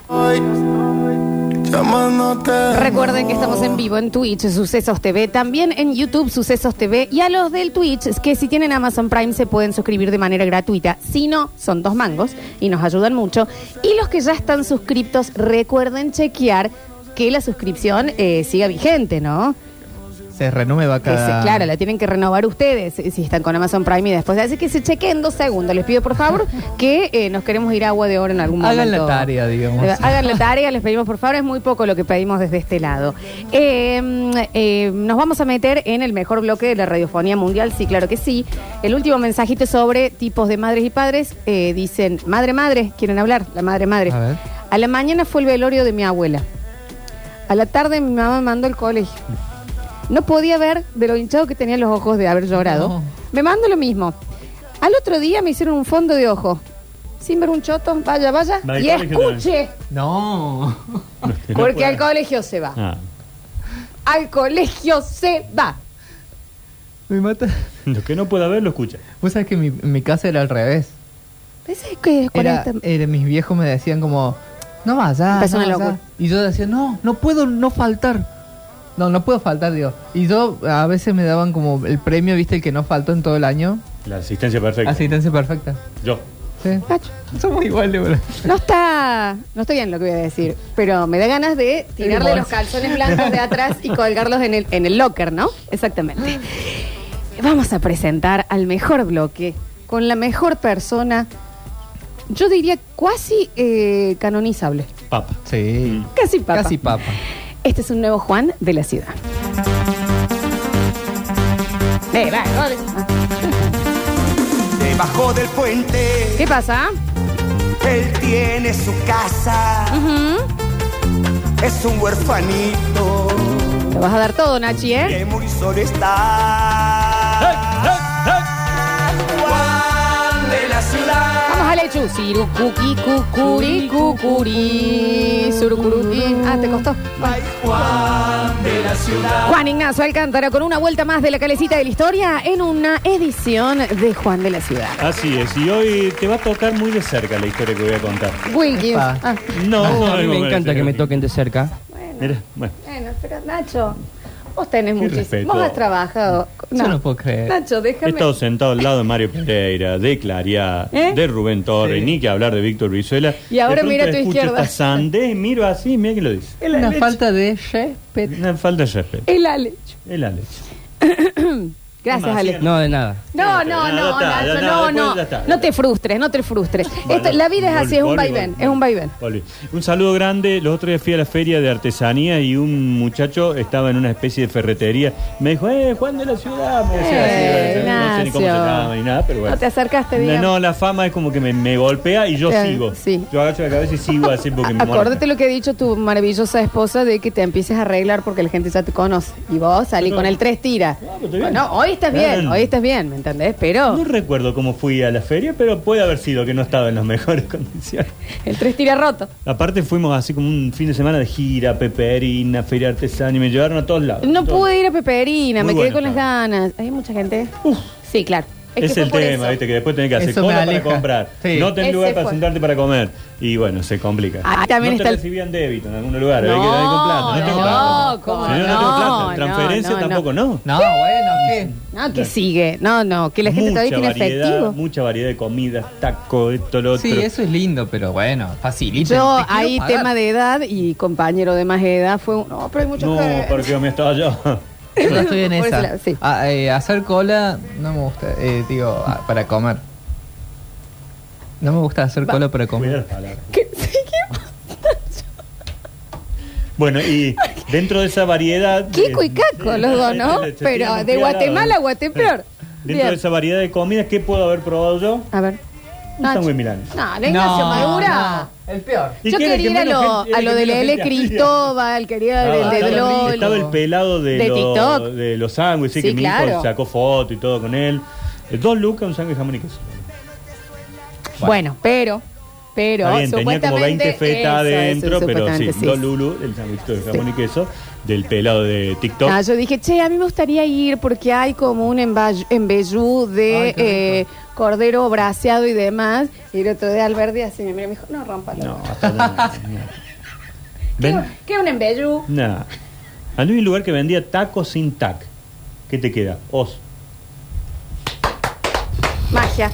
estoy llamándote. Recuerden que estamos en vivo en Twitch, Sucesos TV, también en YouTube, Sucesos TV, y a los del Twitch, es que si tienen Amazon Prime se pueden suscribir de manera gratuita. Si no, son dos mangos y nos ayudan mucho. Y los que ya están suscriptos, recuerden chequear que la suscripción eh, siga vigente, ¿no? Se renueva Que se- cada. claro, la tienen que renovar ustedes eh, si están con Amazon Prime y después. Así que se chequen dos segundos. Les pido por favor que eh, nos queremos ir a agua de oro en algún Hagan momento. la tarea, digamos. Eh, Hagan la tarea, les pedimos por favor. Es muy poco lo que pedimos desde este lado. Eh, mm, eh, nos vamos a meter en el mejor bloque de la radiofonía mundial. Sí, claro que sí. El último mensajito sobre tipos de madres y padres. eh, dicen, madre, madre, quieren hablar. La madre, madre. A ver. A la mañana fue el velorio de mi abuela. A la tarde mi mamá me mandó al colegio. No podía ver de lo hinchado que tenía los ojos de haber llorado. No. Me mando lo mismo. Al otro día me hicieron un fondo de ojo. Sin ver un choto, vaya, vaya. Va al Y colegio escuche, No. porque al colegio se va. Ah, Al colegio se va. Me mata. lo que no pueda ver lo escucha. Vos sabés que mi, mi casa era al revés. Ese es que es Era, 40. era- mis viejos me decían como, no vayas, Empezó no una vayas". locura. Y yo decía, no, no puedo no faltar. No, no puedo faltar, digo. Y yo a veces me daban como el premio, viste, el que no faltó en todo el año. La asistencia perfecta. Asistencia perfecta. Yo. Sí. Cacho, Somos iguales, bro. No está, no estoy bien lo que voy a decir, pero me da ganas de tirarle Hermoso. los calzones blancos de atrás y colgarlos en el, en el locker, ¿no? Exactamente. Vamos a presentar al mejor bloque, con la mejor persona, yo diría cuasi eh, canonizable, Papa. Sí. casi papa. Casi papa. Este es un nuevo Juan de la ciudad. Eh, va, gol. Debajo del puente, ¿Qué pasa? él tiene su casa, Ujú. es un huerfanito, Te vas a dar todo, Nachi, ¿eh? que muy solo ¿Eh? está. Juan de la ciudad. Vamos a lechu. Sirucuqui, cucuri, cucuri, surucuruti. Ah, te costó. Ay, Juan de la ciudad. Juan Ignacio Alcántara con una vuelta más de la calecita de la historia en una edición de Juan de la Ciudad. Así es, y hoy te va a tocar muy de cerca la historia que voy a contar. Wilkins. Epa. Ah, No, No, a mí no, me no, encanta no, que me no. toquen de cerca. Mira, bueno, bueno, pero Nacho, vos tenés Qué muchísimo. respeto. Vos has trabajado. Yo no puedo creer. Nacho, he déjame. estado sentado al lado de Mario Pereira, de Claria, ¿Eh? de Rubén Torres, ni que hablar de Víctor Brizuela. Y ahora De pronto mira a tu escucho izquierda. esta sandez, miro así, mira que lo dice. El Una Alechu. falta de respeto. Una falta de respeto. El Alechu. El Alex. Gracias, Más, Alechu. No, de nada. No, no, Ya no, Nacho, está, ya está, no, después no. ya está. No te frustres, no te frustres. Esto- la vida es así, es un Volví, vaivén, volví, es un vaivén. volví. Un saludo grande. Los otros días fui a la feria de artesanía y un muchacho estaba en una especie de ferretería. Me dijo, eh, Juan de la Ciudad. Me decía Eh, así, no sé ni cómo se Ignacio. llama ni nada, pero bueno. No te acercaste, No, digamos. no, la fama es como que me, me golpea y yo Claro, sigo. sí. Yo agacho la cabeza y sigo así porque me Acuérdate lo que ha dicho tu maravillosa esposa de que te empieces a arreglar porque la gente ya te conoce. Y vos salí No. con el tres tira. No, pero estoy bien. Bueno, hoy estás Bien. bien, hoy estás bien, ¿me entendés? Pero No recuerdo cómo fui a la feria, pero puede haber sido que no estaba en las mejores condiciones. el tres tira roto. Aparte fuimos así como un fin de semana de gira, peperina, feria artesana y me llevaron a todos lados. No Entonces, pude ir a Peperina, Muy me quedé bueno, con las claro. ganas. Hay mucha gente. Sí, claro. Es, que fue el por tema, eso. viste, que después tenés que hacer Eso me cola para aleja. comprar. Sí. No tenés Ese lugar para fue. sentarte para comer. Y bueno, se complica. Ah, también no te está el- recibían débito en algún lugar. No, había que dar con plata. No, tengo no, plata. ¿cómo Señor, no? no tengo No, plata. Transferencia no, no. tampoco, no. No, bueno, ¿qué? No, que sigue. No, no, que la gente mucha todavía tiene variedad, efectivo. mucha variedad de comidas, taco, esto, lo otro. Sí, eso es lindo, pero bueno, facilita. Yo, hay tema de edad y compañero de más edad fue un. No, pero hay mucha no, gente. porque me estaba yo. Yo estoy en Por ese esa. lado, sí. Ah, eh, hacer cola no me gusta, eh, digo, ah, para comer. No me gusta hacer cola para Cuidado comer. las palabras. ¿Qué? Sí, ¿qué? Bueno, y dentro de esa variedad. Kiko y eh, Caco, eh, los dos, ¿no? se tienen Pero de cuidado. Guatemala a Guatepeor. Dentro Bien. de esa variedad de comidas, ¿qué puedo haber probado yo? A ver. Un Nacho. sándwich milanesa. No, la Ignacio Madura. no, el peor. ¿Y Yo qué era quería que ir a menos lo, gente- era a que lo del menos L. gente hacía? Ah, Cristóbal, quería del Estaba- de estaba, LOL. estaba el pelado de, De los- TikTok. de los sándwiches, Sí, que mi claro. hijo sacó foto y todo con él. Eh, Dos lucas, un sándwich de jamón y queso. Bueno, pero, pero, Está bien, tenía como 20 fetas eso, eso, adentro, pero sí, supuestamente, dos lulu, el sándwich de jamón y queso, del pelado de TikTok. Ah, yo dije, che, a mí me gustaría ir porque hay como un embay- embellú de Ay, qué rico. eh, cordero braseado y demás. Y el otro de Alberdi así me miró y me dijo, no rompa No, hasta no, no. Ven- ¿Qué es un embellu? Nah. Andé en un lugar que vendía tacos sin tac. ¿Qué te queda? Os. Magia.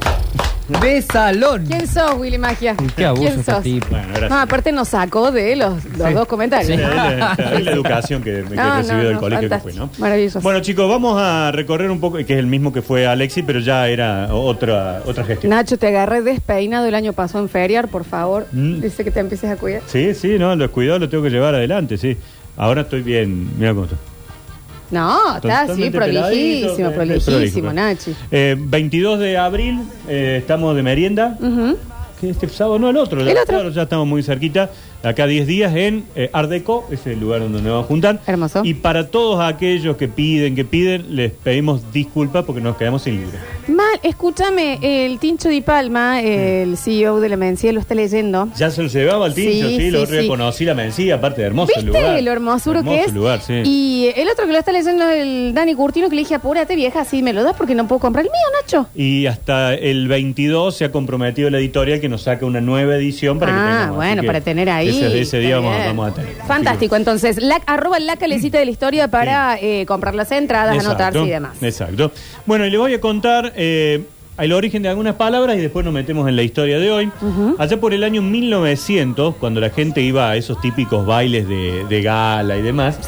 De salón. ¿Quién sos, Willy Magia? Y Qué abuso ¿Quién este sos? tipo. Bueno, gracias. No, aparte nos sacó de los, los Sí. dos comentarios. Es la, es la educación que, que No, he recibido no, del no, colegio que fui, fantástico. ¿no? Maravilloso. Bueno, chicos, vamos a recorrer un poco, que es el mismo que fue Alexi, pero ya era otra, otra gestión. Nacho, te agarré despeinado el año pasado en feriar, por favor. Mm. Dice que te empieces a cuidar. Sí, sí, no, lo cuidado lo tengo que llevar adelante, sí. Ahora estoy bien, mira cómo estoy. No, está así, Totalmente peladito, prolijísimo, eh, prolijísimo, prolijo. Nachi. Eh, 22 de abril, eh, estamos de merienda. Ujú. Que este sábado, no, el otro. El ya, otro. claro, ya estamos muy cerquita. De Acá 10 días en eh, Ardeco, es el lugar donde nos vamos a juntar. Hermoso. Y para todos aquellos que piden, que piden, les pedimos disculpas porque nos quedamos sin libro. Mal, escúchame, el Tincho Di Palma, el CEO de la Mencía, lo está leyendo. Ya se lo llevaba al tincho, sí, Sí, lo sí, sí. reconocí la mencía, aparte de hermoso el ¿Viste lugar. lo hermosuro que Hermoso es? lugar, sí. Y el otro que lo está leyendo es el Dani Curtino, que le dije, apúrate vieja, así me lo das porque no puedo comprar el mío, Nacho. Y hasta el 22 se ha comprometido la editorial que nos saca una nueva edición para que ah, tengamos. Así bueno, que para tener ahí. Ese, ese día Está vamos, bien. vamos a tener. Fantástico, entonces, la, arroba la calecita de la historia para eh, comprar las entradas, anotarse y demás. Exacto. Bueno, y le voy a contar eh, el origen de algunas palabras y después nos metemos en la historia de hoy. Allá por el año 1900, cuando la gente iba a esos típicos bailes de, de gala y demás,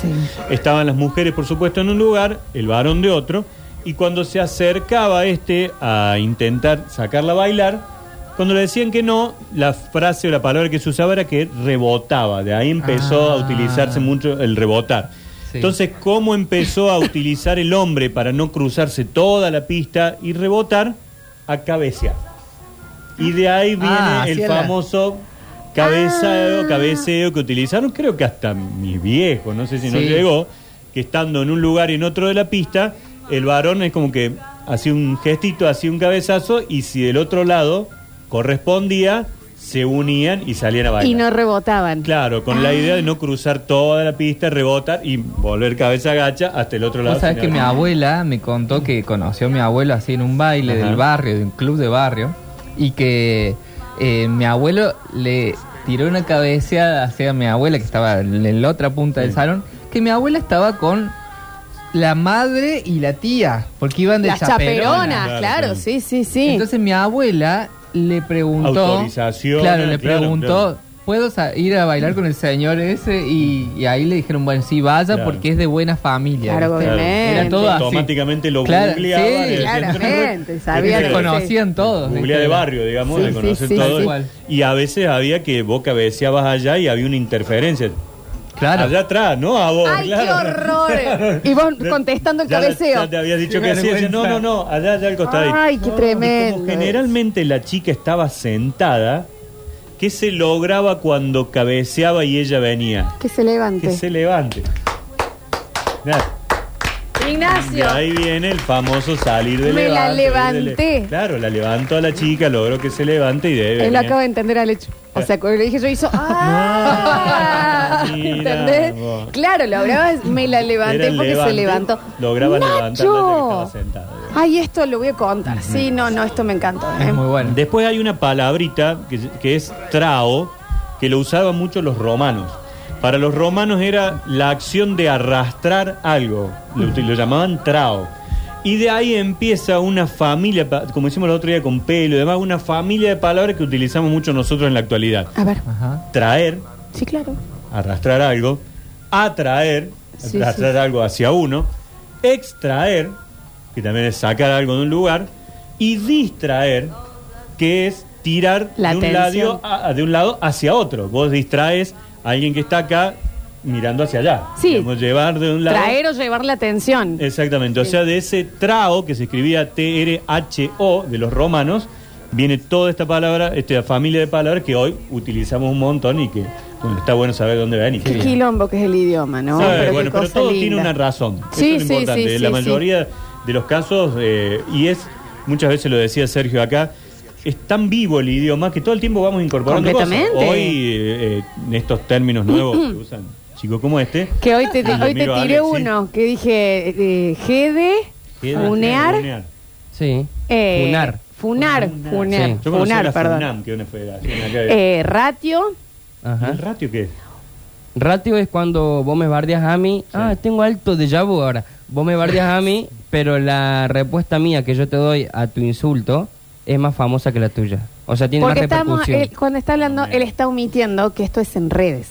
estaban las mujeres, por supuesto, en un lugar, el varón de otro, y cuando se acercaba este a intentar sacarla a bailar, cuando le decían que no, la frase o la palabra que se usaba era que rebotaba. De ahí empezó a Ah. utilizarse mucho el rebotar. Sí. Entonces, cómo empezó a utilizar el hombre para no cruzarse toda la pista y rebotar a cabecear. Y de ahí viene Ah, el hacia la- famoso cabezado, Ah. cabeceo que utilizaron, creo que hasta mi viejo, no sé si no Sí. llegó, que estando en un lugar y en otro de la pista, el varón es como que hacía un gestito, hacía un cabezazo y si del otro lado correspondía, se unían y salían a bailar. Y no rebotaban. Claro, con la idea de Ah. no cruzar toda la pista, rebotar y volver cabeza gacha hasta el otro lado. Vos sabés que mi señora. abuela me contó que conoció a mi abuelo así en un baile Ajá. del barrio, de un club de barrio, y que eh, mi abuelo le tiró una cabeceada hacia mi abuela que estaba en en la otra punta del salón, que mi abuela estaba con la madre y la tía, porque iban de Las chaperonas, claro, chaperona. Claro, sí, sí, sí. Entonces mi abuela le preguntó, Autorización, claro, le claro, preguntó, claro. ¿puedo sa- ir a bailar con el señor ese? Y, y ahí le dijeron, bueno, sí, vaya Claro. porque es de buena familia. Claro, ¿viste? obviamente. Era todo así. Automáticamente lo Claro, googleaban. sí, y decían, claramente, "Tenés sabía que que- conocían todos. Googlea ¿viste? de barrio, digamos, Sí, le sí, conocen sí, todo. sí. Y a veces había que vos cabeceabas allá y había una interferencia. Claro. Allá atrás, ¿no? A vos. ¡Ay, claro. qué horror! Y vos contestando el Ya la- cabeceo. Ya te había dicho Qué que sí. decía, No, vergüenza. no, no, allá, allá al costadito. Ay, qué No, y tremendo Como generalmente la chica estaba sentada, ¿qué se lograba cuando cabeceaba y ella venía? Que se Que levante. se levante. Nada. Y Ignacio. ahí viene el famoso salir de Me la levante, levanté. salir de le- Claro, la levantó a la chica, logró que se levante y debe. Él lo acaba de entender al hecho. O sea, cuando le dije yo hizo. ¡Ah! Ah, mira ¿Entendés? vos. Claro, lo hablabas, me la levanté porque se levantó. Lograba levantarla ya que estaba ¡Nacho! sentada. digamos. Ay, esto lo voy a contar. Sí, no, no, esto me encantó. ¿eh? Es muy bueno. Después hay una palabrita que, que es trao, que lo usaban mucho los romanos. Para los romanos era la acción de arrastrar algo, lo, util- lo llamaban trao. Y de ahí empieza una familia, pa- como hicimos el otro día con pelo y demás, una familia de palabras que utilizamos mucho nosotros en la actualidad. A ver. Ajá. Traer, Sí, claro. arrastrar algo, atraer, Sí, arrastrar algo hacia uno, extraer, que también es sacar algo de un lugar, y distraer, que es tirar La de un, atención. lado a- de un lado hacia otro. Vos distraes a alguien que está acá mirando hacia allá. Sí. Digamos, llevar de un lado. Traer o llevar la atención. Eh, Exactamente, o sea, de ese trao que se escribía T-R-H-O de los romanos, viene toda esta palabra, esta familia de palabras que hoy utilizamos un montón y que, bueno, está bueno saber dónde venís. Qué quilombo que es el idioma, ¿no? Sabe, qué bueno, pero cosa todo tiene linda. una razón. Sí, Eso es sí, lo importante. sí, la sí, mayoría de los casos, eh, y es, muchas veces lo decía Sergio acá, es tan vivo el idioma que todo el tiempo vamos incorporando cosas. Completamente. Hoy, eh, eh, en estos términos nuevos que usan chicos como este, Que hoy te, Y lo hoy te miro a tiré Alexis. uno que dije eh, GD, queda- unear, Sí. eh, Funar. funar, funar, Sí. Yo conocí funar, la perdón. FUNAM, que es una federación acá de- Eh, ratio, ¿Y Ajá. ¿El ratio qué es? Ratio es cuando vos me bardeas a mí. Ah, tengo alto de vu ahora. Vos me bardeas a mí, pero la respuesta mía que yo te doy a tu insulto es más famosa que la tuya. O sea, tiene Porque más estamos, repercusión. él- cuando está hablando, él está omitiendo que esto es en redes.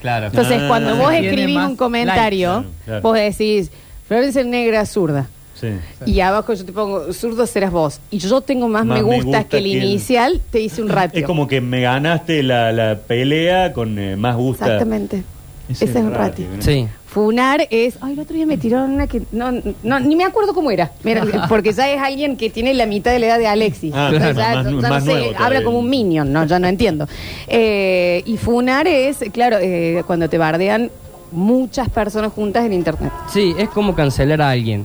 Claro. Entonces, Ah, cuando sí. vos Tiene escribís más un comentario, likes. Claro, claro. vos decís, Florencia Negra zurda. Sí. Y abajo yo te pongo, zurdo serás vos. Y yo tengo más, Más me me gustas gusta que el que el- inicial, te hice un ratio. Es como que me ganaste la, la pelea con eh, más gusta. Exactamente. Ese, es un ratio. ¿no? Sí. Funar es, ay, el otro día me tiraron una que no, no ni me acuerdo cómo era, Mira, porque ya es alguien que tiene la mitad de la edad de Alexis. Ah, O sea, claro, ya, más- ya no más sé, nuevo todavía. habla como un minion, no, ya no entiendo. Eh, y funar es, claro, eh, cuando te bardean muchas personas juntas en internet. Sí, es como cancelar a alguien.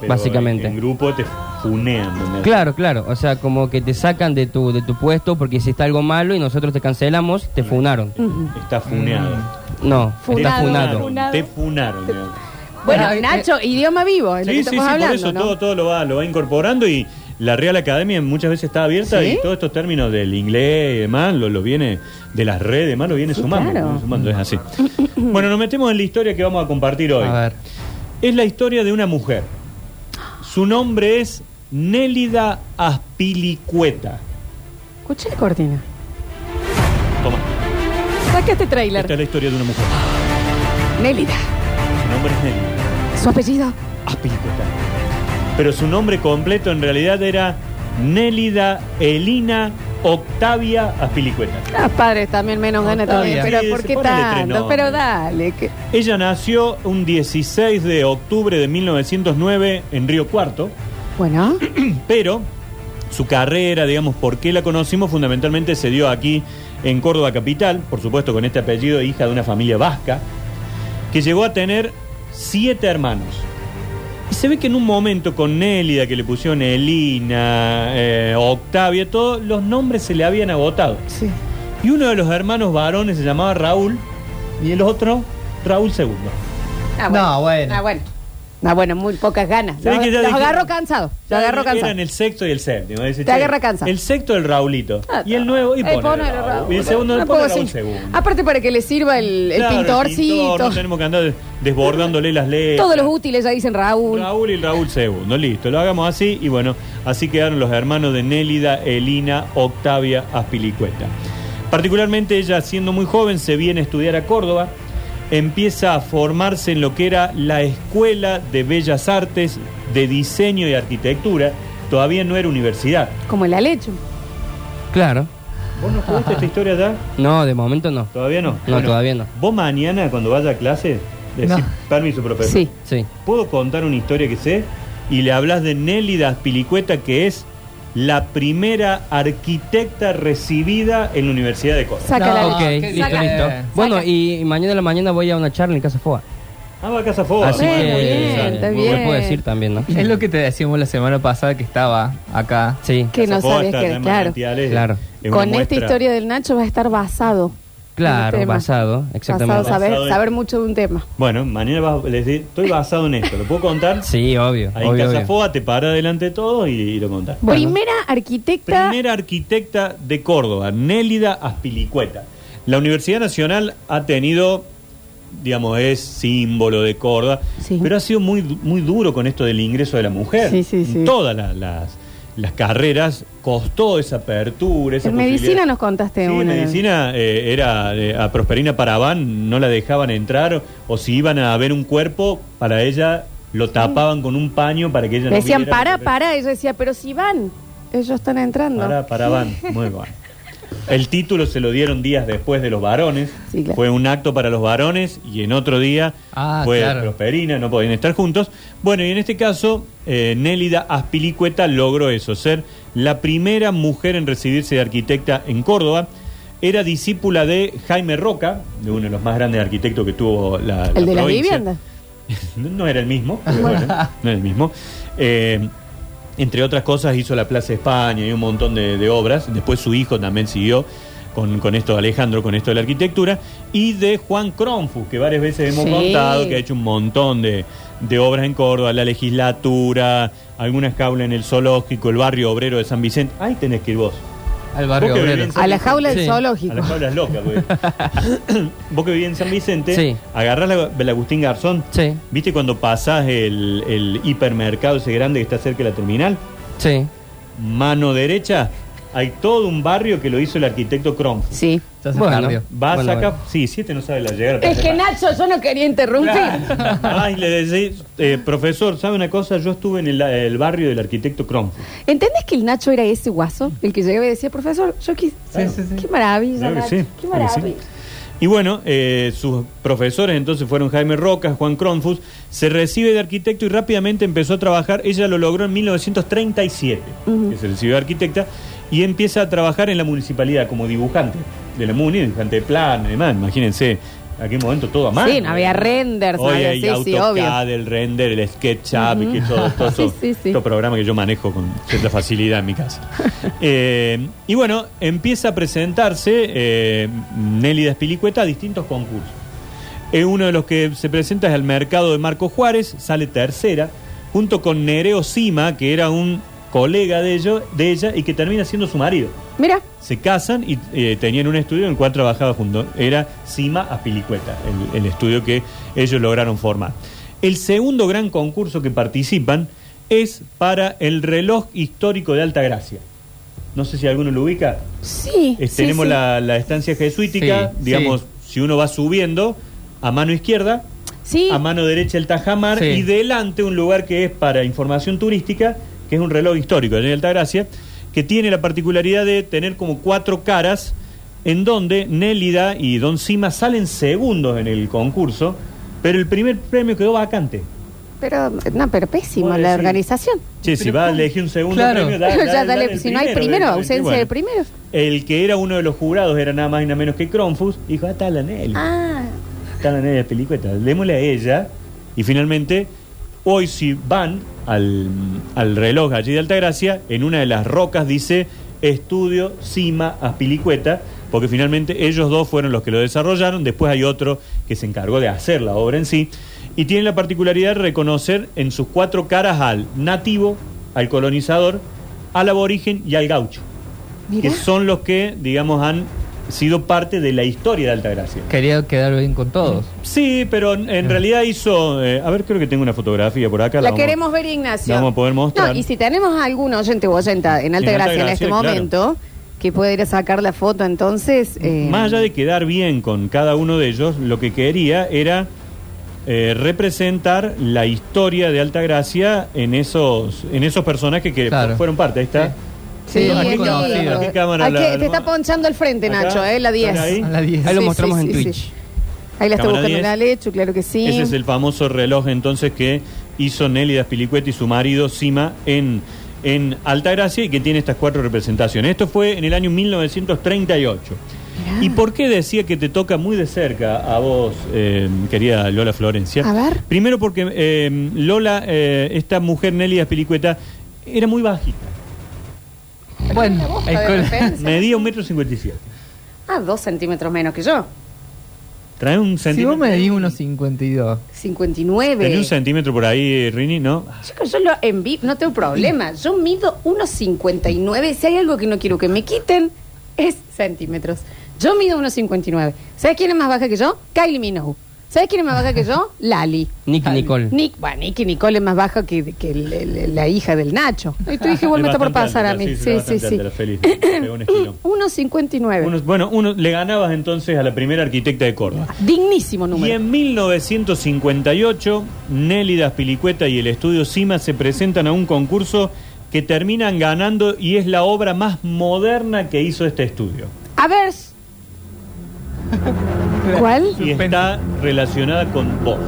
Pero Básicamente. En grupo te funean. ¿entendés? Claro, claro. O sea, como que te sacan de tu, de tu puesto porque hiciste algo malo y nosotros te cancelamos, te funaron. Está funeado. Mm. No, Funado, está funado. funado. Te funaron. digamos. Bueno, Bueno, eh, Nacho, idioma vivo, es lo que Sí, sí, sí, estamos hablando, por eso ¿no? todo, todo lo, va, lo va incorporando y la Real Academia muchas veces está abierta ¿Sí? y todos estos términos del inglés y demás, lo, lo viene de las redes, más lo viene sumando, claro. lo viene sumando, es así. bueno, nos metemos en la historia que vamos a compartir hoy. A ver. Es la historia de una mujer. Su nombre es Nélida Aspilicueta. Escuché la cortina. Toma, Saca este tráiler. esta es la historia de una mujer. Nélida. Su nombre es Nélida. Su apellido. Ah, Aspilicueta. Pero su nombre completo en realidad era Nélida Elina Octavia Aspilicueta. Los padres también menos ganas está también. bien. Pero Sí, ¿por se qué ponen de tren, tanto? no. Pero dale. que- Ella nació un 16 de octubre de 1909 en Río Cuarto, Bueno, pero su carrera, digamos, por qué la conocimos, fundamentalmente se dio aquí en Córdoba Capital, por supuesto con este apellido, hija de una familia vasca, que llegó a tener siete hermanos. Y se ve que en un momento con Nélida, que le pusieron Elina, eh, Octavia, todos los nombres se le habían agotado. sí. Y uno de los hermanos varones se llamaba Raúl y el otro Raúl Segundo. Ah, No, bueno. Ah, bueno. Ah, bueno, muy pocas ganas. Se ve Los, que ya los dijeron- agarro cansado. Los Ya agarro eran cansado. el sexto y el séptimo. Dice, Te che, agarra cansado. El sexto el Raulito. Ah, y el nuevo, y el ponele ponele Raúl. Raúl. Y el segundo, No el ponele puedo Raúl decir- segundo. Aparte para que le sirva el, el Claro, pintorcito. pintor, no tenemos que andar desbordando las letras. Todos los útiles ya dicen Raúl. Raúl y Raúl segundo, listo. Lo hagamos así y bueno, así quedaron los hermanos de Nélida, Elina, Octavia, Aspilicueta. Particularmente ella, siendo muy joven, se viene a estudiar a Córdoba, empieza a formarse en lo que era la Escuela de Bellas Artes de Diseño y Arquitectura. Todavía no era universidad. Como el Alecho. Claro. ¿Vos no jugaste esta historia ya? No, de momento no. ¿Todavía no? No, todavía no. Vos mañana, cuando vaya a clase, decís, No. permiso, profesor. Sí. Sí. ¿Puedo contar una historia que sé? Y le hablas de Nélida Pilicueta, que es la primera arquitecta recibida en la Universidad de Córdoba. Saca No, la Ok, leche. qué listo, Saca. listo. Saca. Bueno, y mañana de la mañana voy a una charla en Casa Foa. Ah, va a Casa Foba. Así Bueno, que bien, eh, está lo bien. puedo decir también, ¿no? Es lo que te decíamos la semana pasada que estaba acá. Sí, Que no Foba sabes está que, en claro. Manantiales, Claro. es una Con esta muestra. historia del Nacho va a estar basado. claro, tema. basado, exactamente. Basado, Basado saber, en- saber mucho de un tema. Bueno, mañana vas, les di- estoy basado en esto. ¿Lo puedo contar? Sí, obvio, Ahí obvio, en Casa obvio. Foba te para delante de todos y, y lo contás. Bueno. Primera arquitecta. Primera arquitecta de Córdoba, Nélida Aspilicueta. La Universidad Nacional ha tenido, digamos, es símbolo de Córdoba, Sí. pero ha sido muy, du- muy duro con esto del ingreso de la mujer. Sí, sí, En sí. Todas la- las, las carreras costó esa apertura, esa En medicina posibilidad. nos contaste Sí, una. en medicina eh, era eh, a Prosperina Paraván, no la dejaban entrar, o si iban a ver un cuerpo, para ella lo tapaban con un paño para que ella Le no decían, viera para, lo que- para. Ella decía, pero si van, ellos están entrando. Para, para van. Muy bueno. El título se lo dieron días después de los varones. Sí, claro. Fue un acto para los varones y en otro día Ah, fue claro. Prosperina, no podían estar juntos. Bueno, y en este caso, eh, Nélida Aspilicueta logró eso, ser la primera mujer en recibirse de arquitecta en Córdoba. Era discípula de Jaime Roca, de uno de los más grandes arquitectos que tuvo la, la El de las provincia. viviendas. No, no era el mismo, pero bueno, no era el mismo. Eh, entre otras cosas hizo la Plaza España y un montón de, de obras. Después su hijo también siguió con, con esto de Alejandro, con esto de la arquitectura. Y de Juan Cronfus, que varias veces hemos Sí. contado, que ha hecho un montón de, de obras en Córdoba, la legislatura, algunas jaulas en el zoológico, el barrio obrero de San Vicente. Ahí tenés que ir vos. Al barrio Vos que obrero. vivís en A la jaula del Sí. A zoológico. las tablas locas, güey. Vos que vivís en San Vicente, Sí. agarrás la, el Agustín Garzón. Sí. ¿Viste cuando pasás el, el hipermercado ese grande que está cerca de la terminal? Sí. Mano derecha, hay todo un barrio que lo hizo el arquitecto Cronf. Sí. Ya se Bueno. perdió. Vas Bueno, acá. bueno. Sí, siete no sabe la llegar. Es que Nacho, yo no quería interrumpir. Ay, le decís, eh, profesor, ¿sabe una cosa? Yo estuve en el, el barrio del arquitecto Cronf. ¿Entendés que el Nacho era ese guaso? El que llegaba y decía, profesor, yo quis... Sí, sí, sí. Qué maravilla, Claro que Nacho, sí, Qué claro que sí. maravilla. Y bueno, eh, sus profesores entonces fueron Jaime Roca, Juan Cronfus, se recibe de arquitecto y rápidamente empezó a trabajar, ella lo logró en 1937, que se recibió de arquitecta, y empieza a trabajar en la municipalidad como dibujante de la MUNI, dibujante de plan, además, imagínense, en aquel momento todo a mano. ¿eh? Sí, no había renders, no Hoy había- hay sí, sí, AutoCAD, el render, el SketchUp, y que todo, todo eso- Sí, sí, sí. todo programa que yo manejo con cierta facilidad en mi casa. Eh, y bueno, empieza a presentarse eh, Nelly Despilicueta a distintos concursos. Eh, uno de los que se presenta es el mercado de Marco Juárez, sale tercera, junto con Nereo Sima, que era un colega de, ello- de ella y que termina siendo su marido. Mira, Se casan y eh, tenían un estudio en el cual trabajaba junto. Era Cima a Pilicueta, el, el estudio que ellos lograron formar. El segundo gran concurso que participan es para el reloj histórico de Altagracia. No sé si alguno lo ubica. sí. Eh, sí, tenemos sí. La, la estancia jesuítica, Sí, digamos, sí. si uno va subiendo a mano izquierda, Sí. a mano derecha el Tajamar Sí. y delante un lugar que es para información turística, que es un reloj histórico de Altagracia, que tiene la particularidad de tener como cuatro caras, en donde Nélida y Don Sima salen segundos en el concurso, pero el primer premio quedó vacante. Pero, no, pero pésimo Vos la decís. organización. Che, si va a elegir un segundo Claro. premio, Ya, dale, el si no hay primero, ¿viste? ausencia Bueno, de primero. El que era uno de los jurados era nada más y nada menos que Cronfus, dijo, ah, está la Nelly. Ah, Está la nena de pelicueta. Démosle a ella. Y finalmente, hoy si van al, al reloj allí de Altagracia, en una de las rocas dice Estudio Cima Aspilicueta, porque finalmente ellos dos fueron los que lo desarrollaron. Después hay otro que se encargó de hacer la obra en sí. Y tiene la particularidad de reconocer en sus cuatro caras al nativo, al colonizador, al aborigen y al gaucho, mira. que son los que, digamos, han sido parte de la historia de Altagracia. Quería quedar bien con todos. Sí, pero en, en realidad hizo. eh, a ver, creo que tengo una fotografía por acá. La vamos- queremos ver, Ignacio. la vamos a poder mostrar. No, y si tenemos algún oyente o oyenta en Alta En Gracia en este Altagracia, claro. momento, que puede ir a sacar la foto, entonces. eh, Más allá de quedar bien con cada uno de ellos, lo que quería era eh, representar la historia de Altagracia en esos, en esos personajes que Claro. fueron parte. Ahí está. Sí, Sí, es muy lindo. conocido. ¿A qué cámara Aquí la- te está ponchando al frente, Acá, Nacho, eh, la 10. ¿están ahí? Ahí A las 10. Ahí lo Sí, mostramos sí, en sí, Twitch. sí. la está Cámara buscando 10. la Lechu, claro que sí. Ese es el famoso reloj entonces que hizo Nélida Spilicueta y su marido Sima en, en Altagracia y que tiene estas cuatro representaciones. Esto fue en el año 1938. ¿Y por qué decía que te toca muy de cerca a vos, eh, querida Lola Florencia? A ver. Primero porque eh, Lola, eh, esta mujer Nélida Spilicueta, era muy bajita. Bueno, Está el de col- referencia. Medía un metro cincuenta y siete. Ah, dos centímetros menos que yo. Trae un si vos centímetro. me di unos 52. 59. Tenía un centímetro por ahí, Rini, ¿no? Chicos, yo lo envío, no tengo problema. Yo mido 1,59. Si hay algo que no quiero que me quiten, es centímetros. Yo mido 1,59. ¿Sabes quién es más baja que yo? Kylie Minogue. ¿Sabes quién es más baja que yo? Lali. Nick Mm. Nicole. Nick, bueno, Nicky Nicole es más baja que, que el- el- la hija del Nacho. Y tu hija igual me está por Bastante pasar a alta, mí. sí, Sí, sí, bastante sí. alta, la feliz. Pegó un esquilón. 1,59. Unos- bueno, uno, le ganabas entonces a la primera arquitecta de Córdoba. Dignísimo Y Ah, número. en 1958, Nélida Pilicueta y el estudio Cima se presentan a un concurso que terminan ganando y es la obra más moderna que hizo este estudio. A ver. ¿Cuál? Y está relacionada con vos.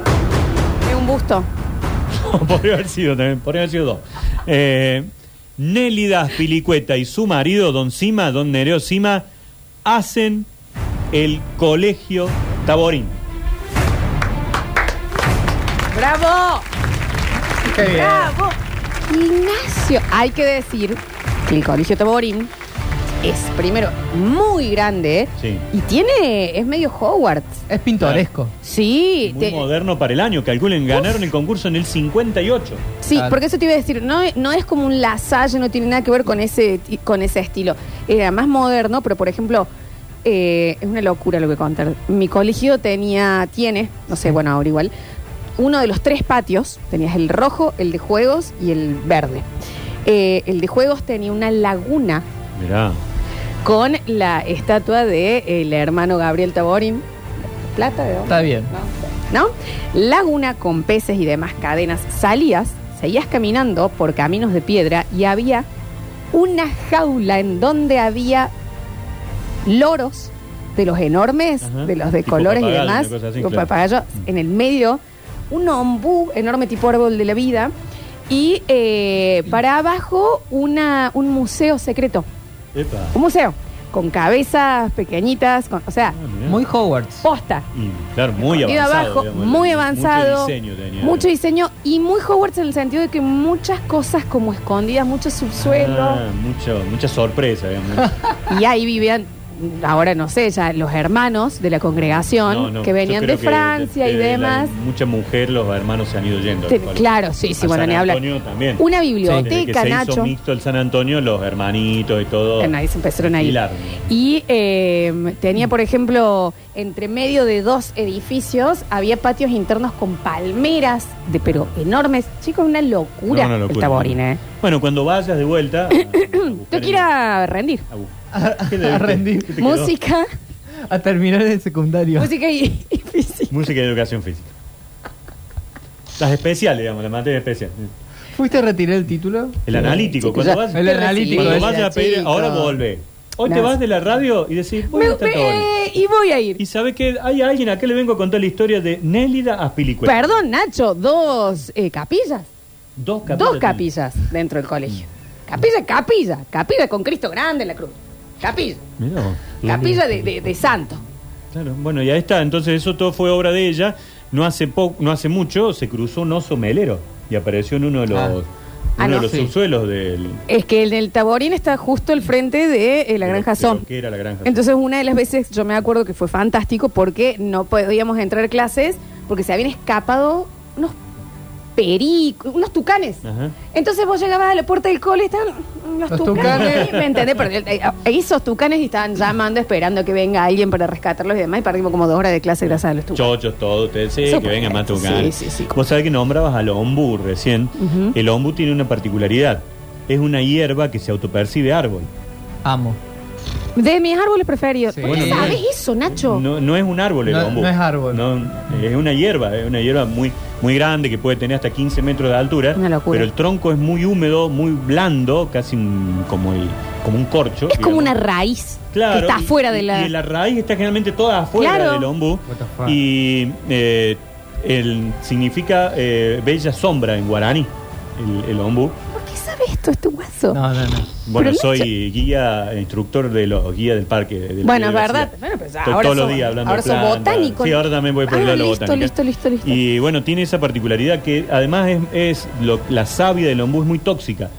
Es un busto. podría haber sido también, podría haber sido dos. Eh, Nélida Pilicueta y su marido, don Cima, don Nereo Cima, hacen el colegio Taborín. ¡Bravo! Qué bien. ¡Bravo! Ignacio, hay que decir que el Colegio Taborín es primero muy grande Sí. y tiene, es medio Hogwarts. Es pintoresco. Sí, Muy te- moderno para el año, calculen, ganaron el concurso en el 58. sí, Claro. porque eso te iba a decir, no, no es como un lasalle, no tiene nada que ver con ese, con ese estilo. Era más moderno, pero por ejemplo, eh, es una locura lo que contar. Mi colegio tenía, tiene, no sé, bueno, ahora igual, uno de los tres patios, tenías el rojo, el de juegos y el verde. Eh, el de juegos tenía una laguna Mirá. con la estatua de eh, el hermano Gabriel Taborín. Plata de dónde? Está bien. ¿no? Laguna con peces y demás cadenas. Salías, seguías caminando por caminos de piedra y había una jaula en donde había loros de los enormes, Ajá. de los de Tipo colores y papagayo, demás, una cosa así, tipo claro. papagayo, en el medio, un ombú enorme tipo árbol de la vida y eh, para abajo una, un museo secreto, Epa. un museo con cabezas pequeñitas, con- o sea, Ah, mirá. Muy Hogwarts. posta. Y, claro, muy Iba avanzado. abajo, digamos, muy el- avanzado. Mucho diseño tenía. Mucho diseño y muy Hogwarts en el sentido de que muchas cosas como escondidas, muchos subsuelos. Ah, mucho, mucha sorpresa, digamos. Y ahí vivían, ahora no sé, ya los hermanos de la congregación No, no, que yo venían creo de que Francia y de- de la- demás. Mucha mujer, los hermanos se han ido yendo. al Te- colegio. claro, sí, sí, A bueno, San ni hablar. Antonio también. Una Sí, desde que biblioteca, se hizo Nacho. mixto el San Antonio, los hermanitos y todo. Ahí se empezaron ahí. Pilar. Y eh, tenía, por ejemplo, entre medio de dos edificios, había patios internos con palmeras, de pero enormes. Chicos, una locura, No, una el locura. Taborín, ¿eh? Bueno, cuando vayas de vuelta. Yo quiero ir a rendir. A A rendir. ¿Qué te quedó? Música, A terminar el secundario. música y, y física. Música y educación física. Las especiales, digamos, la materia especial. ¿Fuiste a retirar el título? El analítico. Chicos, cuando yo- vas, el te analítico, recibí, cuando es- vayas a pedir. chicos. Ahora volve. Hoy te Nah. vas de la radio y decís, Me- bueno, está me- todo bien. eh, y voy a ir. Y sabe que hay alguien acá le vengo a contar la historia de Nélida Aspilicueta. Perdón, Nacho, dos eh, capillas. Dos capillas. Dos capillas dentro del colegio. Capilla, capilla. Capilla con Cristo grande en la cruz. Capilla. Mirá vos. Capilla de, de- de santo. Claro, bueno, ya está. Entonces eso todo fue obra de ella. No hace po- no hace mucho se cruzó un oso melero y apareció en uno de los Ah. uno Ah, de no. los Sí. subsuelos del Es que el del Taborín está justo al frente de eh, la de lo- granja de lo Som. que era la granja. Entonces, una de las veces yo me acuerdo que fue fantástico porque no podíamos entrar a clases porque se habían escapado unos pericos, unos tucanes. Ajá. Entonces vos llegabas a la puerta del cole y estaban los, Los tucanes, tucanes. ahí, ¿me entendés? Pero, eh, esos tucanes y estaban llamando, esperando que venga alguien para rescatarlos y demás, y perdimos como dos horas de clase gracias a los tucanes. Chochos, todo, ustedes sí, que Supongo. venga más tucán. Sí, sí, sí. Vos sabés que nombrabas al ombú recién. El ombú tiene una particularidad. Es una hierba que se autopercibe árbol. Amo. De mis árboles preferidos. Sí. ¿Por qué Bueno, sabes no eso, Nacho? No, no es un árbol el No- bambú. no es árbol. No, es una hierba, es una hierba muy, muy grande que puede tener hasta 15 metros de altura. Una locura. Pero el tronco es muy húmedo, muy blando, casi un- como, el, como un corcho. es como digamos. una raíz Claro, que está y- afuera de y- la... Y la raíz está generalmente toda afuera Claro. del ombú. What the fuck. Y eh, el, significa eh, bella sombra en guaraní, el, el ombú. ¿Por qué sabe esto este guaso? No, no, no. Bueno, Pero no soy guía, e instructor de los guías del parque. de- de la Bueno, es biodiversidad. verdad. Bueno, pues, Estoy ahora todos los sos- días hablando ahora de sos plantas. botánico. Sí, ahora también voy por el Ah, lado de la listo, botánica. listo, listo, listo. Y bueno, tiene esa particularidad que además es, es lo- la savia del ombú es muy tóxica.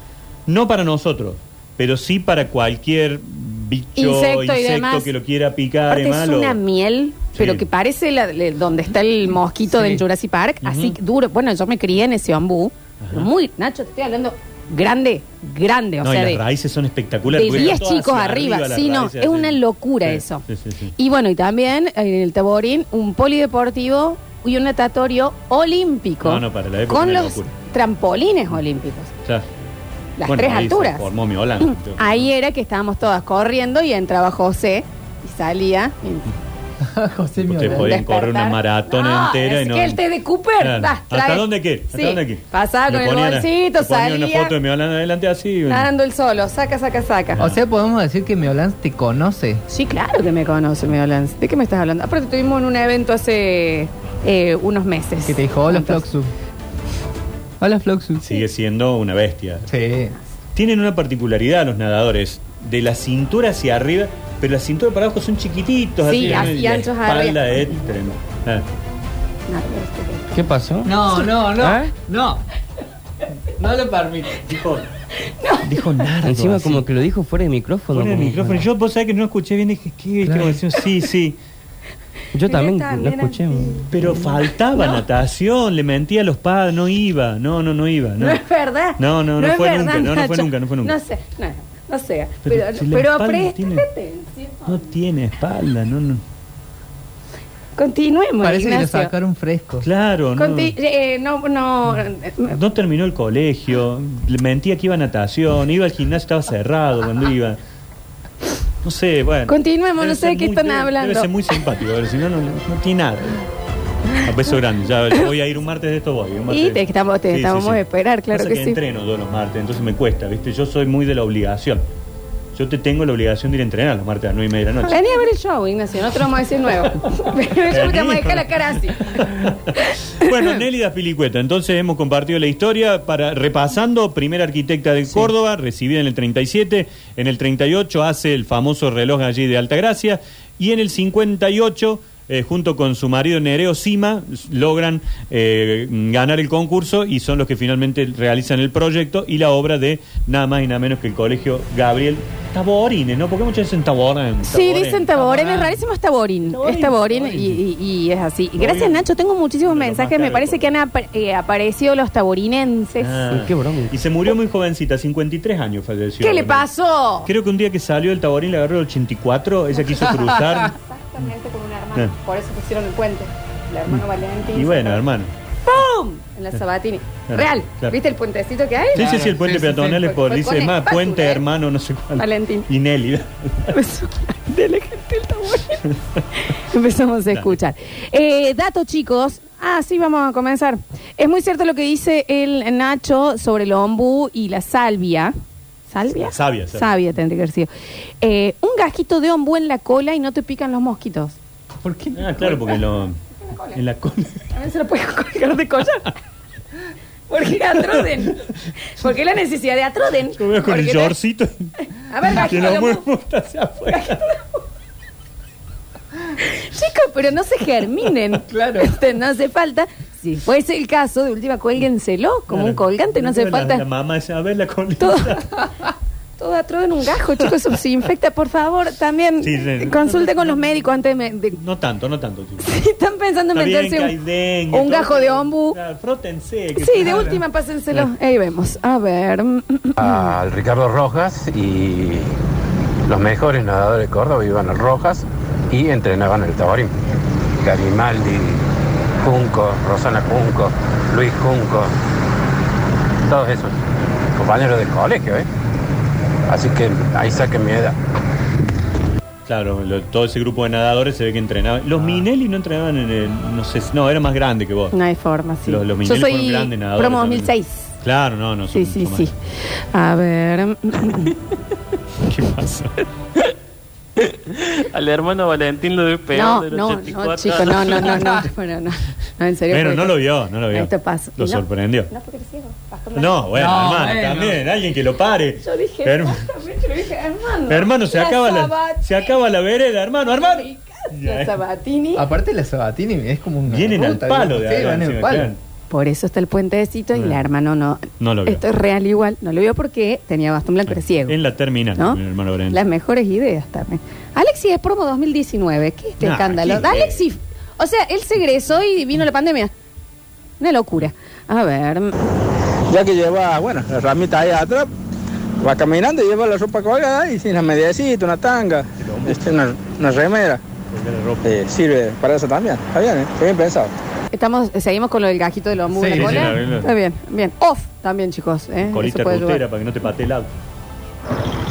No para nosotros, pero sí para cualquier bicho, Insecto insecto, y demás. que lo quiera picar. Aparte es malo. una miel, pero Sí. que parece la- le- donde está el mosquito Sí. del Jurassic Park, así que duro. Bueno, yo me crié en ese ombú. pero Muy, Nacho, te estoy hablando grande, grande, o no, y sea, las de, raíces son espectaculares. de porque 10 están todas chicos hacia arriba. las Sí, no, raíces, es así. una locura Sí, eso. sí, sí, sí. Y bueno, y también en el Taborín, un polideportivo y un natatorio olímpico. No, no, para la época Con una los locura. trampolines olímpicos. Ya. Las Bueno, tres ahí se alturas. formó mi Holanda. Ahí era que estábamos todas corriendo y entraba José y salía. y- José Usted Miola. podían correr una despertar. maratona No, entera y es no. que el té de Cooper, Claro. das, ¿Hasta traes. dónde qué? ¿Hasta ¿eh? Sí. dónde qué? Pasaba con Me el ponía una- bolsito, me ponía una salía. foto de mi Holanda adelante así. bueno. Nadando el solo, saca, saca, saca. O sea, podemos decir que Miolan te conoce. Sí, claro que me conoce, me Lance. ¿De qué me estás hablando? Aparte, estuvimos en un evento hace eh, unos meses. Que te dijo, hola Juntos. Floxu. Hola Floxu. Sigue siendo una bestia. Sí. Tienen una particularidad los nadadores, de la cintura hacia arriba, pero la cintura para abajo son chiquititos. Sí, ¿no? así la anchos espalda arriba. es tremenda. Ah, este ¿Qué pasó? No, no, no. ¿Eh? No. No lo permito. dijo, Dijo Nardo. Encima así. como que lo dijo fuera de micrófono. Pon el como- micrófono. Yo, vos sabés que no escuché bien, dije, ¿qué? Este, Claro. Como decía, Sí, sí. Yo también Era tan- lo era escuché. así. Pero faltaba natación, le mentía a los padres, no iba, no, no, no iba. No, No, es verdad. No, no, no, es fue verdad, nunca, no, no fue Nacho. nunca, no fue nunca. No sé, no, no sé. Pero Pero, si la pero espalda presta tiene- atención. No tiene espalda, no, no. Continuemos, Parece que lo Ignacio. sacaron fresco. Claro, no. Conti- eh, no, no, eh, eh, No terminó el colegio, le mentía que iba a natación, iba al gimnasio, estaba cerrado cuando iba. No sé, bueno. Continuemos, Debe no sé de ser qué muy- están debe- hablando. Debe ser muy simpático, pero si no, no, no tiene nada. A peso grande, ya voy a ir un martes de esto, voy. un martes Y de te esto. estamos- te estamos a esperar, claro Pasa que sí. entreno todos los martes, entonces me cuesta, ¿viste? Yo soy muy de la obligación. Yo te tengo la obligación de ir a entrenar los martes a las 9 y media de la noche. Vení a ver el show, Ignacio, no te lo vamos a decir nuevo. Pero yo te vamos a dejar la cara así. bueno, Nélida Pilicueta, entonces hemos compartido la historia para repasando, primera arquitecta de Córdoba, recibida en el 37, en el 38 hace el famoso reloj allí de Altagracia y en el 58 eh, junto con su marido Nereo Sima logran eh, ganar el concurso y son los que finalmente realizan el proyecto y la obra de nada más y nada menos que el colegio Gabriel Taborines, ¿no? Porque muchos dicen Taborines. Sí, dicen Taborín, Taborín. es rarísimo, es Taborín. Taborín, Es Taborín y, Taborín. y- y es así. Y Taborín. gracias, Nacho, tengo muchísimos Uno de los mensajes. más Me parece caros. que han ap- eh, aparecido los taborinenses. Ah. Qué bronca. Y se murió muy jovencita, 53 años falleció. ¿Qué le ¿no? pasó? Creo que un día que salió el taborín le agarró el 84, ella quiso cruzar. Exactamente como un Eh. hermano. Por eso pusieron el puente. El hermano Valentín. Mm. y bueno, hermano. ¡Pum! En la Sabatini. Claro, Real. claro. ¿Viste el puentecito que hay? Sí, sí, sí, el puente sí, sí, sí. peatonal es Fue- por, fue dice, con es más, espátula, puente ¿eh? hermano, no sé cuál. Valentín. Y Nelly. de la gente del Taborín. Empezamos a escuchar. Eh, dato, chicos. Ah, sí, vamos a comenzar. Es muy cierto lo que dice el Nacho sobre el ombú y la salvia. ¿Salvia? La savia, savia. Savia tendría que haber sido. Eh, un gasquito de ombú en la cola y no te pican los mosquitos. ¿Por qué? no? Ah, claro, porque lo. En la cola. También se lo puedes colgar de collar. ¿Por qué atroden? ¿Por qué la necesidad de atroden? Yo veo con el Porque la- shortcito. A ver, Que bajito, lo lo mu- muevo hacia afuera. Chicos, pero no se germinen. Claro. Este, no hace falta. Si fuese el caso, de última, cuélguenselo como un colgante, no hace La- falta. La mamá dice, a ver la cola. Todo, todo atroden un gajo, chicos, eso se infecta. Por favor, también Sí, sí. consulte con los médicos antes de... me- de- No tanto, no tanto. chicos. si están pensando en Está bien meterse que hay un, dengue, un todo, gajo de pero- ombu. Claro, Frótense. que- Sí, de última, pásenselo. Ahí vemos. A ver. al Ricardo Rojas y los mejores nadadores de Córdoba iban al Rojas y entrenaban el Taborín. Garimaldi, Junco, Rosana Junco, Luis Junco, todos esos compañeros de colegio, ¿eh? Así que ahí saquen mi edad. Claro, lo- todo ese grupo de nadadores se ve que entrenaban. Ah. Los Minelli no entrenaban en el. No sé, no, era más grande que vos. No hay forma, sí. Los, los Yo Minelli fueron soy grandes nadadores. promo también. 2006. Claro, no, no. Sí, son sí, mucho sí. A ver. mm, más. ¿Qué pasa? Al hermano Valentín lo de No, peor del no, no, 84. chico, no, no, no, no. Bueno, no. No, en serio. Bueno, porque- no lo vio, no lo vio. Esto pasa. Lo Y no- sorprendió. No, porque eres ciego. pastor Manuel. No, bueno, No, hermano, bueno. también, alguien que lo pare. Yo dije, Herma- exactamente, yo dije, hermano. hermano, se acaba la, se acaba la vereda, hermano, hermano. Sabatini, Ya, La eh. Sabatini. Aparte la Sabatini es como un... Vienen al palo de Sí, ahora van en encima, el palo. claro. Por eso está el puentecito y la hermano no. No lo vio. Esto es real igual. No lo vio porque tenía bastón blanco, era ciego. En la terminal, ¿no? mi hermano Brent. Las mejores ideas también. Alexis es promo 2019. ¿Qué es este Nah, escándalo? ¿qué? Alexis, o sea, él se egresó y vino la pandemia. Una locura. A ver. ya que lleva, bueno, la ramita ahí atrás, va caminando y lleva la ropa colgada y sin la mediecita, una tanga, este, una, una remera. Eh, sirve para eso también. Está bien, ¿eh? Está bien pensado. Estamos, seguimos con lo del gajito del lomo. Sí, la sí, cola. claro, claro. Está bien, bien. Off también, chicos. ¿eh? Colita Eso puede ayudar. rutera para que no te patee el auto.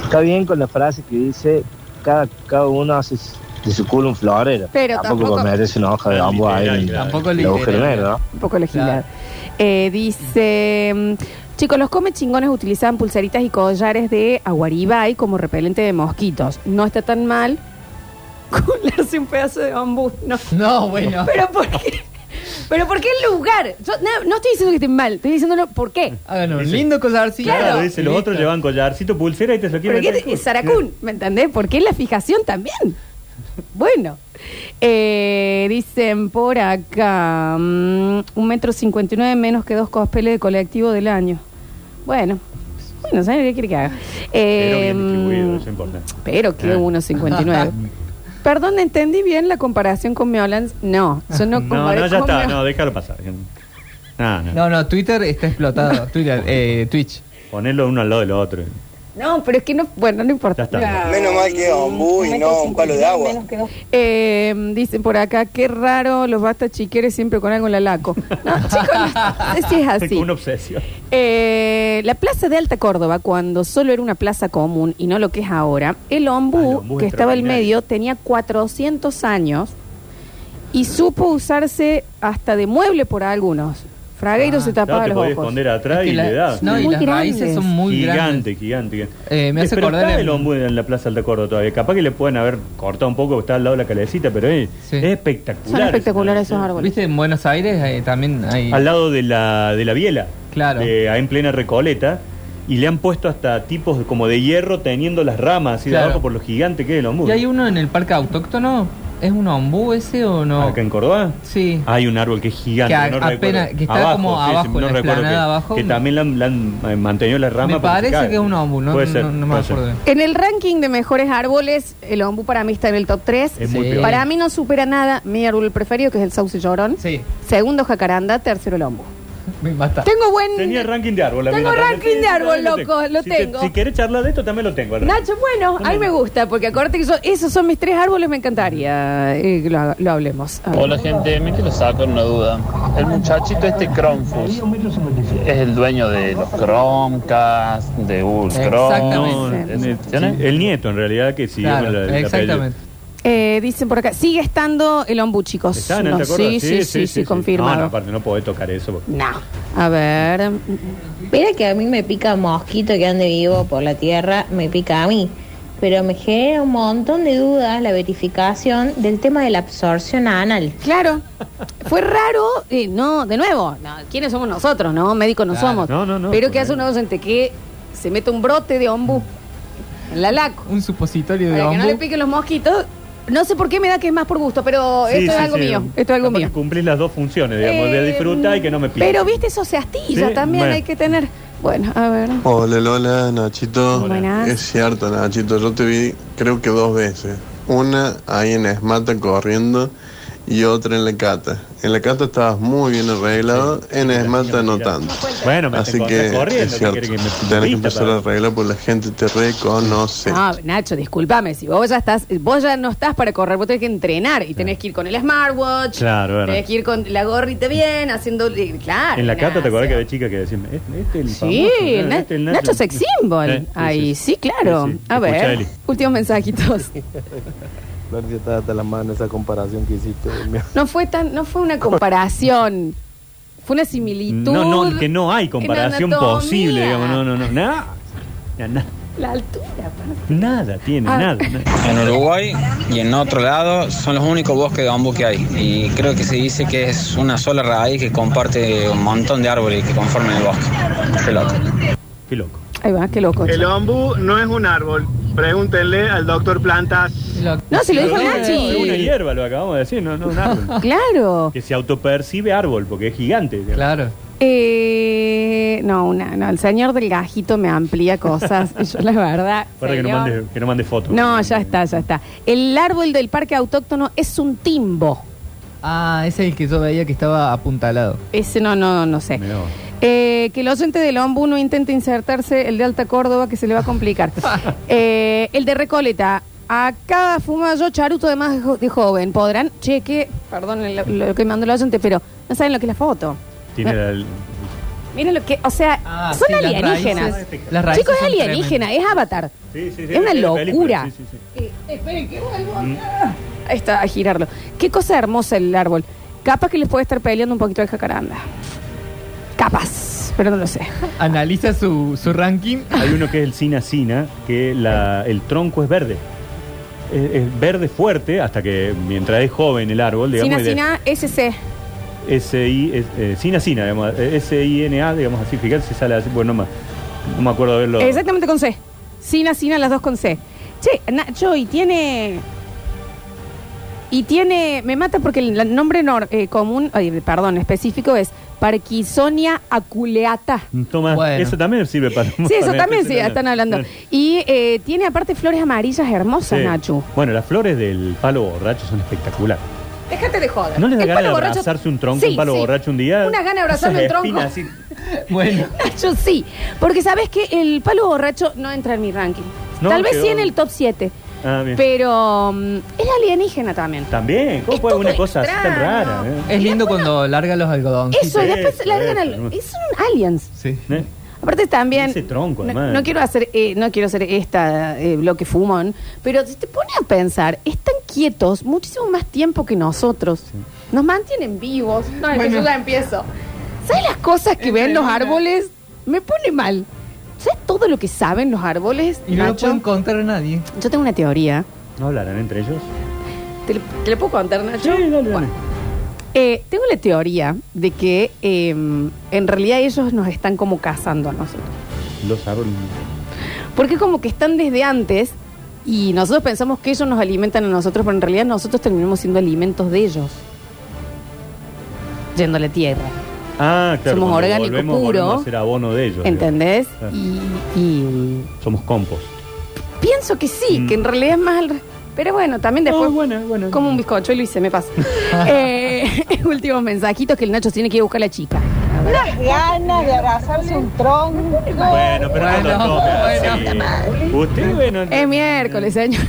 Está bien con la frase que dice cada, cada uno hace s- de su culo un florero. Pero tampoco- porque merece una hoja de Claro, bambú ahí literal, en claro. Tampoco el agujero literal. negro, ¿no? Un poco la gilada. Claro. Eh, dice, mm, chicos, los come chingones utilizaban pulseritas y collares de aguaribay como repelente de mosquitos. No está tan mal colarse un pedazo de bambú. No. No, bueno. Pero ¿por qué? Pero ¿por qué el lugar? Yo, no, no estoy diciendo que esté mal, estoy diciéndolo por qué. Hagan un Dice- lindo collarcito. Claro, Claro. dice, los otros llevan collarcito, pulsera y te lo ¿Pero quieren. qué meter te- el culo. Saracún? ¿Me entendés? ¿Por qué la fijación también? Bueno, eh, dicen por acá, mm, un metro cincuenta y nueve menos que dos cospeles de colectivo del año. Bueno, Bueno, ¿saben qué quiere que haga? Pero Eh, bien Em, distribuido, Ah. eso es importante. pero que 1.59. Perdón, ¿entendí bien la comparación con Meolans? No, yo no No, comparé no, ya con está, Meo- no, déjalo pasar. No, no. No, no, Twitter está explotado. Twitter, eh, Twitch. Ponerlo uno al lado del otro. No, pero es que no, bueno, no Ya importa. está. Menos mal que ombú y no un palo de agua. Eh, dicen por acá, qué raro los basta chiqueres siempre con algo en la laco. No, chicos, no sé si Ah, es Es como así. una obsesión. Eh, la plaza de Alta Córdoba, cuando solo era una plaza común y no lo que es ahora, el Ah, el ombú, ombú que es estaba al extraordinario. medio, tenía 400 años y supo usarse hasta de mueble por algunos. Fragueiro se tapaba Ah, Claro, te los podías ojos. esconder atrás y Es que la- le das. no, y Muy las raíces grandes. son muy gigante, grandes. gigante, gigante. Eh, me hace Pero acordar está de- el ombú en la Plaza Alta Córdoba todavía. Capaz que le pueden haber cortado un poco, porque está al lado de la calecita, pero es, Sí. es espectacular. Son espectaculares ese esos lugar. árboles. ¿Viste? En Buenos Aires eh, también hay... Al lado de la, de la biela. Claro. de- ahí en plena recoleta. Y le han puesto hasta tipos como de hierro teniendo las ramas así de Claro. abajo por lo gigante que es el ombú. Y hay uno en el parque autóctono. ¿Es un ombú ese o no? Ah, Acá en Ah, Córdoba. Sí. Hay un árbol que es gigante, Que a- no apenas- recuerdo. que está como abajo, en la recuerdo explanada que, abajo. que también le han, le han, eh, mantenido las ramas. Me para parece cae. que es un ombú, no, Puede ser, no, no me puede ser. acuerdo. En el ranking de mejores árboles, el ombú para mí está en el top 3. Es muy Sí. peor. Para mí no supera nada mi árbol preferido, que es el sauce llorón. Sí. Segundo, jacaranda. Tercero, el ombú. Me mata. Tengo buen... Tenía ranking de árbol. la Tengo mía también. ranking de Sí, árbol, también loco, lo Si te- tengo. si querés charlar de esto, también lo tengo. el ranking. Nacho, bueno, a mí me gusta, porque acuérdate que yo- esos son mis tres árboles, me encantaría eh, que lo, ha- lo hablemos. A ver. Hola gente, me quiero sacar una duda. El muchachito este Cronfus es el dueño de los Chromecast, de Google Exactamente. No, Chrome. Sí. de eh, esas sí, cuestiones. el nieto, en realidad, que siguió Claro, con la- la exactamente. Eh, dicen por acá, sigue estando el ombú, chicos. ¿Está en No, Alta Córdoba? sí, sí, sí, sí, No, no, confirmado. No, aparte no podés tocar eso. porque- a ver. Mira que a mí me pica mosquito que ande vivo por la tierra, me pica a mí. Pero me genera un montón de dudas la verificación del tema de la absorción anal. Claro, fue raro, eh, no, de nuevo, no, ¿quiénes somos nosotros? No, médicos no Claro. somos. No, no, no, Pero por que hace ahí. un docente que se mete un brote de ombú en la laco. Un supositorio de Para que no ombú. le piquen los mosquitos. No sé por qué me da que es más por gusto, pero Sí, esto es sí, algo sí. mío. Esto es algo Capaz mío. que cumplís las dos funciones, digamos, de Eh, disfrutar y que no me pique. Pero viste, eso se astilla Sí, también, bueno. hay que tener. Bueno, a ver. Hola Lola, Nachito. Buenas. Es cierto, Nachito, yo te vi creo que dos veces. Una ahí en Esmata corriendo y otra en la cata. En la cata estabas muy bien arreglado, en Esmata no tanto. Bueno, me Así te que encontrás corriendo, es ¿qué cierto, querés que me tenés que pinta empezar para- a arreglar porque la gente te reconoce. Ah. No, Ah, Nacho, discúlpame, si vos ya estás, vos ya no estás para correr, vos tenés que entrenar y tenés que ir con el smartwatch, Claro, bueno. tenés que ir con la gorrita bien, haciendo, eh, claro. En la cata te acordás Nacho. que había chicas que decían, este, este es el Sí, famoso, el Na- este es el Nacho Sex Symbol. Eh, sí, Ahí, sí, claro. Sí, sí. A ver, Escuchá, Eli. últimos mensajitos. Claudia está hasta la mano esa comparación que hiciste. No fue tan, no fue una comparación, fue una similitud. No, no, que no hay comparación en anatomía. posible, digamos, no, no, no, nada. Na- na- La altura, pa. nada tiene, Ah. nada, nada. En Uruguay y en otro lado son los únicos bosques de bambú que hay. Y creo que se dice que es una sola raíz que comparte un montón de árboles que conforman el bosque. Qué loco. Qué loco. Ahí va, qué loco. che. ombú no es un árbol. Pregúntenle al doctor Plantas. No, se lo dijo Pero Nachi. no, Es una hierba, lo acabamos de decir, no, no, un árbol. Claro. que se autopercibe árbol, porque es gigante. digamos. Claro. Eh, no, una, no, el señor del gajito me amplía cosas. Yo, la verdad. Para que no señor- mande, que no mande fotos. No, ya está, ya está. El árbol del parque autóctono es un timbo. Ah, ese es el que yo veía que estaba apuntalado. Ese no, no, no sé. Mirá vos. Eh, que el oyente del OMBU no intente insertarse el de Alta Córdoba, que se le va a complicar. Eh, el de Recoleta. Acá fuma yo charuto de más jo- de joven. ¿Podrán? Cheque, perdón lo, lo que mandó el oyente, pero no saben lo que es la foto. Tiene la- Miren lo que, o sea, Ah, son sí, las alienígenas. raíces- las raíces Chicos, es son alienígena, es avatar. Sí, sí, sí, es una la película, locura. sí, sí, sí. esperen que vuelvo Ahí está, a girarlo. Qué cosa hermosa el árbol. Capaz que les puede estar peleando un poquito de jacaranda. Capaz, pero no lo sé. Analiza su, su ranking. Hay uno que es el cinacina, que la- el tronco es verde. Es, es verde fuerte hasta que mientras es joven el árbol, digamos. Sina y de- Sina SC. S-I, es- eh, Sina Sina, digamos, eh, S-I-N-A, digamos así, fíjate si sale así, bueno, no, me- no me acuerdo haberlo. Exactamente con C. Sina Sina, las dos con C. Che, Nacho, y tiene. Y tiene. Me mata porque el nombre nor- eh, común, ay, perdón, específico es Parkinsonia aculeata. Toma, Bueno. eso también sirve para. Sí, eso para también sí, meterse en la- están hablando. Claro. Y eh, tiene aparte flores amarillas hermosas, Sí. Nacho. Bueno, las flores del palo borracho son espectaculares. Déjate de joder. ¿No les da El ganas de palo borracho- abrazarse un tronco, Sí, un palo sí. borracho un día? Unas ganas de abrazarle un Esas tronco. espinas así. Bueno. Yo sí, porque sabes que el palo borracho no entra en mi ranking. No, Tal vez qué sí en bueno. el top 7, Ah, bien. pero mm, es alienígena también. También, ¿cómo Es puede todo una cosa así tan extraño. rara? eh? Es lindo cuando larga los algodoncitos. Eso, y después eso, largan eso. al- Es un aliens. Sí. ¿Eh? Aparte también. Ese tronco, no, además. no quiero hacer, eh, no quiero hacer esta eh, bloque fumón, pero si te pone a pensar, están quietos muchísimo más tiempo que nosotros. Nos mantienen vivos. No, es que Bueno. yo ya empiezo. ¿Sabes las cosas que ven los árboles? Me pone mal. ¿Sabes todo lo que saben los árboles? Y no lo Nacho? pueden contar a nadie. Yo tengo una teoría. ¿No hablarán entre ellos? ¿Te, le- te le puedo contar, Nacho? Bueno. Eh, tengo la teoría de que eh, en realidad ellos nos están como cazando a nosotros. Los árboles. Porque como que están desde antes y nosotros pensamos que ellos nos alimentan a nosotros, pero en realidad nosotros terminamos siendo alimentos de ellos. Yendo a la tierra, Ah, claro. Somos cuando orgánico volvemos, puro. volvemos a ser abono de ellos. ¿entendés? digamos. Y, y Ah, Somos compost. pienso que sí, que en realidad es más... al re- Pero bueno, también después como un bizcochuelo y se me pasa. Eh, últimos mensajitos que el Nacho tiene que ir a buscar a la chica. Unas ganas de abrazarse un tronco. Bueno, pero no lo tomes así. Usted, bueno. Es miércoles, señor.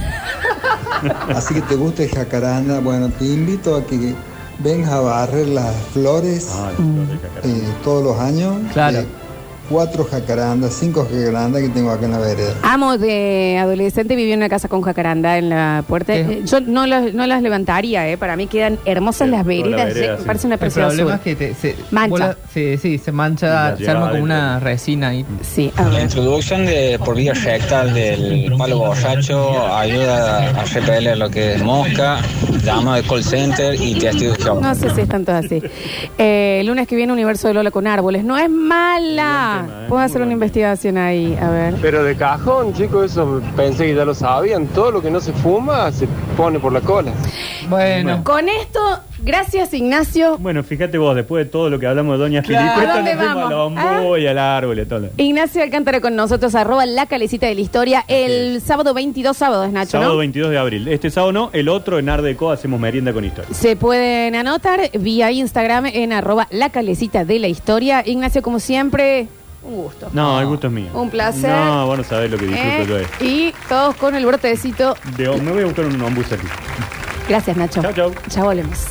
Así que te gusta el jacaranda, bueno, te invito a que vengas a barrer las flores Ah, eh, todos los años. Claro. cuatro jacarandas, cinco jacarandas que tengo acá en la vereda. Amo de adolescente vivió en una casa con jacaranda en la puerta. Eh, yo no las, no las levantaría, eh. para mí quedan hermosas las toda la veredas. vereda, eh, sí. Parece una El presión problema azul. es que te- se- Mancha. vos la- sí, sí, se mancha, se llevas arma como adentro. una resina ahí. Sí, La introducción de por vía rectal del palo borracho ayuda a repeler lo que es mosca, llama de call center y testigos de Jehová. No sé si están todas así. Eh, el lunes que viene, Universo de Lola con árboles. No es eh. mala. Puedo hacer una investigación ahí. A ver. Pero de cajón, chicos, eso pensé que ya lo sabían. Todo lo que no se fuma se pone por la cola. Bueno. Con esto, gracias, Ignacio. Bueno, fíjate vos, después de todo lo que hablamos de Doña Claro. Filipa, ¿A dónde fuimos al vamos? ¿Eh? ombú y al árbol y todo lo- Ignacio Alcántara con nosotros, arroba la calecita de la historia. El sábado 22, sábado es Nacho, Sábado ¿no? 22 de abril. Este sábado no, el otro en Ardeco hacemos merienda con historia. Se pueden anotar vía Instagram en arroba la calecita de la historia. Ignacio, como siempre, un gusto. No, el gusto es mío. Un placer. No, vos no sabés lo que disfruto ¿eh? yo de Y todos con el brotecito. de- Me voy a buscar un ombú aquí. Gracias, Nacho. Chao, chao. Ya volvemos.